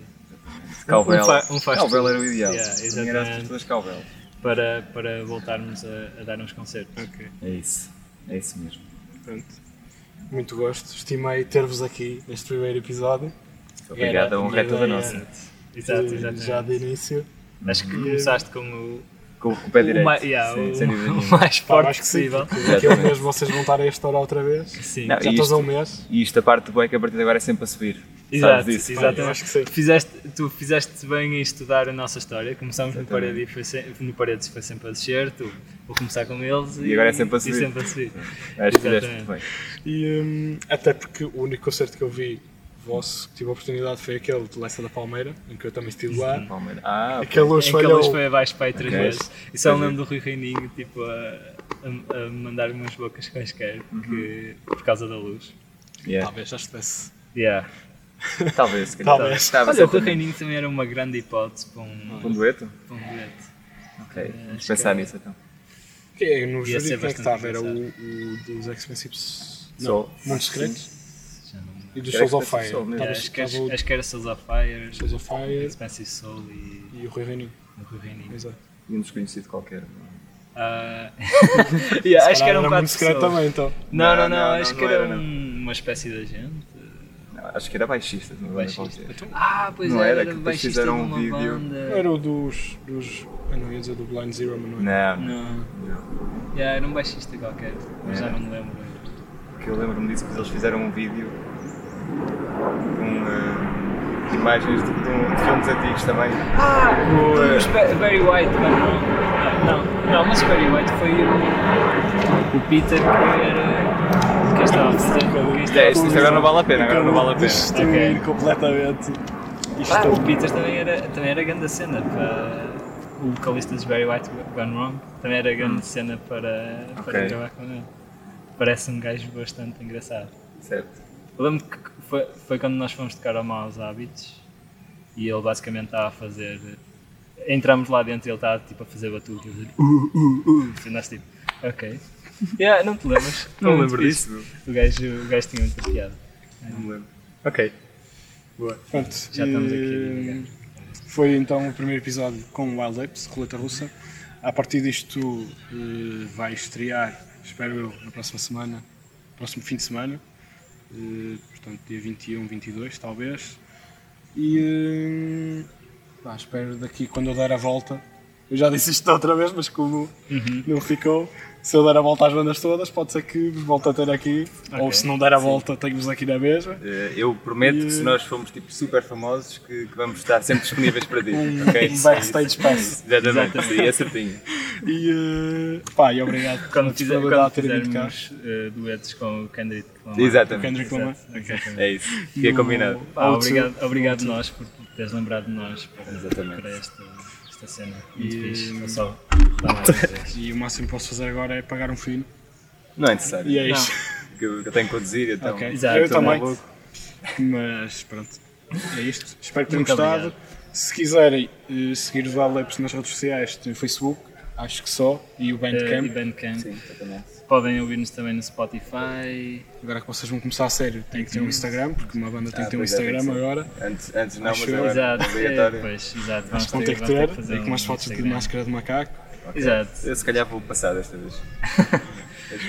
Speaker 2: Calvela.
Speaker 3: Um fa- um faz
Speaker 2: Calvela era
Speaker 3: tudo.
Speaker 2: o ideal.
Speaker 3: Yeah,
Speaker 2: Para mim era as
Speaker 3: exatamente.
Speaker 2: duas calvelas.
Speaker 3: para, para voltarmos a, a dar uns concertos.
Speaker 1: Ok,
Speaker 2: É isso. É isso mesmo.
Speaker 1: pronto. Muito gosto. Estimei ter-vos aqui neste primeiro episódio.
Speaker 2: Obrigado, a honra é toda
Speaker 1: Era-
Speaker 2: nossa.
Speaker 3: Exato,
Speaker 1: Eh,
Speaker 3: exatamente.
Speaker 1: Já de início.
Speaker 3: Acho que começaste com o,
Speaker 2: Com com o pé
Speaker 3: o,
Speaker 2: direito.
Speaker 3: mai- yeah,
Speaker 2: Sim,
Speaker 3: o-
Speaker 2: sem dúvida
Speaker 3: o
Speaker 2: nenhuma.
Speaker 3: mais forte
Speaker 1: acho que sim.
Speaker 3: possível.
Speaker 1: Aquele
Speaker 2: Exatamente.
Speaker 1: mês vocês vão estar a esta hora outra vez.
Speaker 3: Sim.
Speaker 2: Não,
Speaker 1: Já
Speaker 2: e
Speaker 1: estás a um
Speaker 2: isto,
Speaker 1: mês.
Speaker 2: e isto a parte do bem que a partir de agora é sempre a subir.
Speaker 3: Exato,
Speaker 2: Sabes disso?
Speaker 3: exatamente.
Speaker 1: Eu acho que sim.
Speaker 3: Fizeste, tu fizeste bem em estudar a nossa história. Começámos no
Speaker 2: Exatamente.
Speaker 3: Paredes, foi sem- no Paredes foi sempre a descer, tu, vou começar com eles e,
Speaker 2: agora é sempre a subir.
Speaker 3: sempre a subir.
Speaker 2: Acho que fizeste
Speaker 3: Exatamente.
Speaker 2: muito bem.
Speaker 1: E hum, até porque o único concerto que eu vi vosso que tive a oportunidade foi aquele de Leça da Palmeira, em que eu também estive lá.
Speaker 2: Palmeira. Ah,
Speaker 1: Aquela luz
Speaker 3: Em que a luz
Speaker 1: falhou.
Speaker 3: foi abaixo para aí três
Speaker 2: Ok. é.
Speaker 3: vezes. E só me lembro do Rui Reininho tipo, a, a, a mandar umas bocas quaisquer
Speaker 2: Uhum.
Speaker 3: que, por causa da luz. É.
Speaker 2: yeah.
Speaker 1: Talvez já estivesse.
Speaker 3: Yeah.
Speaker 2: talvez. se calhar.
Speaker 1: Talvez.
Speaker 2: Estava
Speaker 3: Olha, o Rui
Speaker 2: certamente.
Speaker 3: Reininho também era uma grande hipótese para um,
Speaker 2: Um dueto?
Speaker 3: para um dueto.
Speaker 2: Ok, vamos
Speaker 3: É, acho
Speaker 2: pensar
Speaker 3: que-
Speaker 2: nisso então.
Speaker 1: Que, no
Speaker 3: Ia
Speaker 1: júri
Speaker 3: ser
Speaker 1: quem é que
Speaker 3: bastante
Speaker 1: estava? Era o,
Speaker 3: engraçado.
Speaker 1: o dos Expensives
Speaker 2: Só-
Speaker 1: Mundos Secretos
Speaker 3: Já não-
Speaker 1: e dos
Speaker 2: Era
Speaker 1: Souls of
Speaker 2: Expensive
Speaker 1: Fire.
Speaker 2: Soul mesmo.
Speaker 1: Estava-
Speaker 2: Talvez
Speaker 3: É, Acho que,
Speaker 1: Estava
Speaker 3: tipo né? acho que era Souls of Fire,
Speaker 1: o Souls of Fire
Speaker 3: Expensive Soul e
Speaker 1: e o Rui Reininho.
Speaker 3: o Rui Reininho.
Speaker 1: Exato.
Speaker 2: E um desconhecido qualquer.
Speaker 3: Ah, yeah, É, acho
Speaker 2: um
Speaker 3: que um eram
Speaker 1: Era
Speaker 3: quatro
Speaker 1: Mundo Secreto
Speaker 3: pessoas.
Speaker 1: também, então.
Speaker 3: Não, não, não,
Speaker 2: Não, não,
Speaker 3: acho
Speaker 2: não,
Speaker 3: que
Speaker 2: não
Speaker 3: era
Speaker 2: era, não.
Speaker 3: um- uma espécie de agente.
Speaker 2: Não, acho que era baixista. Não era
Speaker 3: Baixista.
Speaker 2: qualquer.
Speaker 3: Ah, pois
Speaker 2: Não
Speaker 3: era,
Speaker 2: era, que depois
Speaker 3: baixista de
Speaker 2: fizeram um
Speaker 3: uma
Speaker 2: vídeo.
Speaker 1: Não
Speaker 3: banda.
Speaker 1: era o dos. dos ah, não, ia dizer do Blind Zero, mas não era.
Speaker 2: Não, não.
Speaker 3: Não,
Speaker 2: não.
Speaker 3: yeah, era um baixista qualquer, mas já
Speaker 2: Era.
Speaker 3: não me lembro.
Speaker 2: Porque eu lembro-me disso, pois eles fizeram um vídeo com eh, imagens de, de um- de filmes antigos também.
Speaker 3: Ah,
Speaker 2: o, eh,
Speaker 3: os Ba- Barry White, mas não. Ah, Não, não, mas o Barry White foi o, o Peter que era. Quem estava a fazer? Quem estava
Speaker 2: É, isto, isto agora não vale a pena, agora não vale a pena.
Speaker 1: Destruir
Speaker 3: Ok.
Speaker 1: completamente
Speaker 3: Ah,
Speaker 1: isto. é um
Speaker 3: o Peters também era, também era grande cena para o vocalista dos Barry White, o Gone Wrong, também era grande cena para, para
Speaker 2: Ok.
Speaker 3: gravar com ele. Parece um gajo bastante engraçado.
Speaker 2: Certo.
Speaker 3: Eu lembro que foi, foi quando nós fomos tocar ao Maus Hábitos e ele basicamente estava a fazer. Entramos lá dentro e ele estava tipo a fazer batuque, a fazer uh, uh, uh, e nós tipo, ok. Yeah, não te lembras? Foi muito fixe. O gajo, o gajo tinha muita piada.
Speaker 2: Não me lembro.
Speaker 1: Ok. Boa. Pronto.
Speaker 3: Já estamos aqui a
Speaker 1: e-
Speaker 3: divagar.
Speaker 1: Foi então o primeiro episódio com o Wild Apes, Roleta Russa. A partir disto tu eh, vais estrear, espero eu, na próxima semana, próximo fim de semana. Eh, portanto, dia 21, 22, talvez. E eh, pá, espero daqui quando eu der a volta. Eu já disse isto outra vez, mas como
Speaker 3: Uhum.
Speaker 1: não ficou, se eu der a volta às bandas todas, pode ser que vos volte a ter aqui. Ou
Speaker 3: Ok.
Speaker 1: se não der a volta, tenho-vos aqui na mesma.
Speaker 2: Eh, Eu prometo que se nós formos tipo, super famosos, que, que vamos estar sempre disponíveis para ti. ok?
Speaker 1: Um backstage pass.
Speaker 2: Exatamente, Exatamente. é certinho.
Speaker 1: E eh, pá, e obrigado
Speaker 3: Quando,
Speaker 1: por
Speaker 3: fizer,
Speaker 1: ter
Speaker 3: quando
Speaker 1: dado ter vindo cá.
Speaker 3: fizermos eh, duetos com o Kendrick Lamar.
Speaker 1: O
Speaker 2: Exatamente.
Speaker 1: Kendrick Lamar.
Speaker 3: Exato, exatamente.
Speaker 2: É isso. Fica combinado.
Speaker 3: Pá,
Speaker 1: Ah, Outro-
Speaker 3: Ah, obrigado, obrigado nós por por teres lembrado de nós para,
Speaker 2: Exatamente.
Speaker 3: para esta, esta cena. Muito
Speaker 1: E- hum,
Speaker 3: fixe. Não só. dá mais uma vez.
Speaker 1: E o máximo que posso fazer agora é pagar um fino.
Speaker 2: Não é necessário.
Speaker 1: E é
Speaker 3: Não.
Speaker 1: isso.
Speaker 2: que eu que eu tenho que conduzir, então.
Speaker 1: Ok.
Speaker 3: Exato,
Speaker 1: Eu
Speaker 3: também.
Speaker 1: também. Mas pronto. É isto. Espero que tenham
Speaker 3: Muito
Speaker 1: gostado. Se quiserem eh, seguir os Wildlips nas redes sociais, tem o Facebook, acho que só, e o
Speaker 3: Eh,
Speaker 1: Bandcamp.
Speaker 3: e Bandcamp.
Speaker 2: Sim, exatamente.
Speaker 3: Podem ouvir-nos também no Spotify.
Speaker 1: Agora que vocês vão começar a sério, tem que ter um Instagram, porque uma banda tem
Speaker 2: Ah,
Speaker 1: que ter um
Speaker 2: pois é, tem
Speaker 1: Instagram
Speaker 2: que ser.
Speaker 1: agora.
Speaker 2: Antes, antes não,
Speaker 1: Acho
Speaker 2: mas
Speaker 1: eu.
Speaker 2: agora
Speaker 3: Exato.
Speaker 2: é
Speaker 3: Eh,
Speaker 2: obrigatório.
Speaker 3: pois, exato.
Speaker 1: Acho
Speaker 3: Vamos
Speaker 1: que vão ter que
Speaker 3: vamos
Speaker 1: ter,
Speaker 3: fazer
Speaker 1: e com umas
Speaker 3: um
Speaker 1: fotos de
Speaker 3: Instagram.
Speaker 1: máscara de macaco.
Speaker 3: Exato.
Speaker 2: Eu se calhar vou passar desta vez. Acho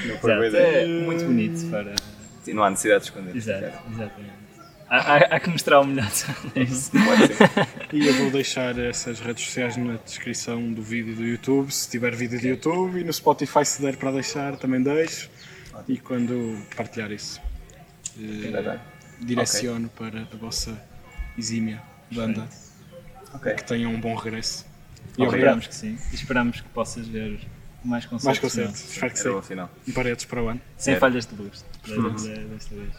Speaker 2: que não foi boa
Speaker 3: exato. É
Speaker 2: ideia.
Speaker 3: muito bonito para.
Speaker 2: Sim, Não há necessidade de esconder.
Speaker 3: Exato, exatamente. Há, há, há que mostrar o melhor deles.
Speaker 1: E eu vou deixar essas redes sociais na descrição do vídeo do YouTube, se tiver vídeo do YouTube, e no Spotify se der para deixar, também deixo. E quando partilhar isso, eh,
Speaker 2: Ainda bem.
Speaker 1: direciono para a vossa exímia banda.
Speaker 2: Ok.
Speaker 1: Que tenham um bom regresso. E obrigado.
Speaker 3: Esperamos que sim. E esperamos que possas ver mais concertos.
Speaker 1: Mais concertos.
Speaker 3: nossos.
Speaker 1: Espero que
Speaker 2: Era bom
Speaker 1: sim.
Speaker 2: sinal.
Speaker 1: Paredes para o ano.
Speaker 3: Sem
Speaker 2: Era.
Speaker 3: falhas de luz.
Speaker 1: Uhum.
Speaker 3: de- de- Desta vez.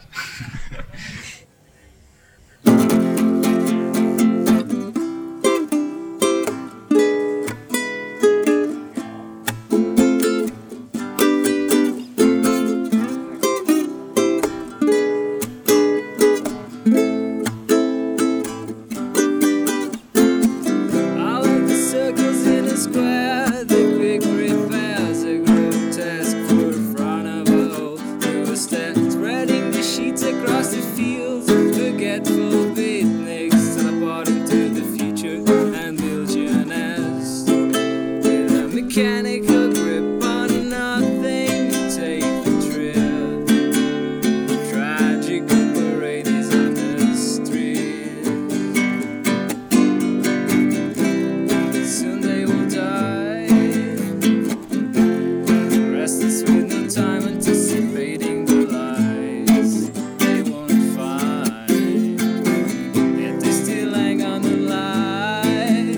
Speaker 4: I like the circles in the square, the big repairs, a grotesque foot carnival. Two steps, spreading the sheets across the fields, forgetful beatniks teleport into the future and billionaires. With a mechanical grip on nothing, you take the trip. Tragic parades on the street. Soon they will die. Restless with no time anticipating the lies they won't find. Yet they still hang on the line,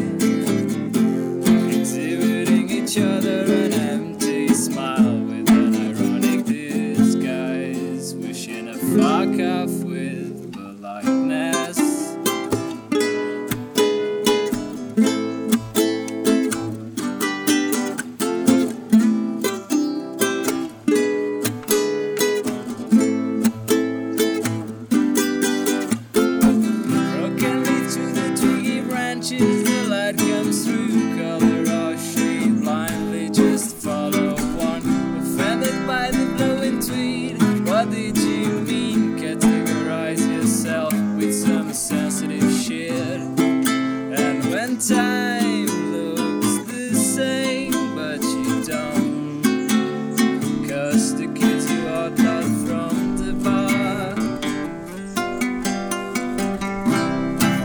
Speaker 4: exhibiting each other an empty smile with an ironic disguise, wishing a fuck off with politeness. Brokenly through the twiggy branches, the light comes through. Color or shade, blindly just follow one. Offended by the blowing tweed, what did you mean? Categorize yourself with some sensitive shit. And when time looks the same, but you don't, cause the kids you are taught from the bar.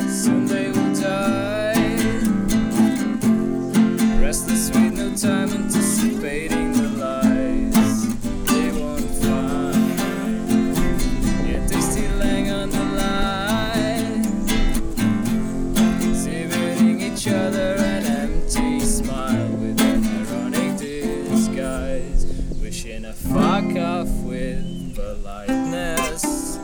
Speaker 4: Soon they will die. Restless with no time anticipating the lies they won't find. Yet they still hang on the line, exhibiting each other an empty smile with an ironic disguise, wishing a fuck off with politeness.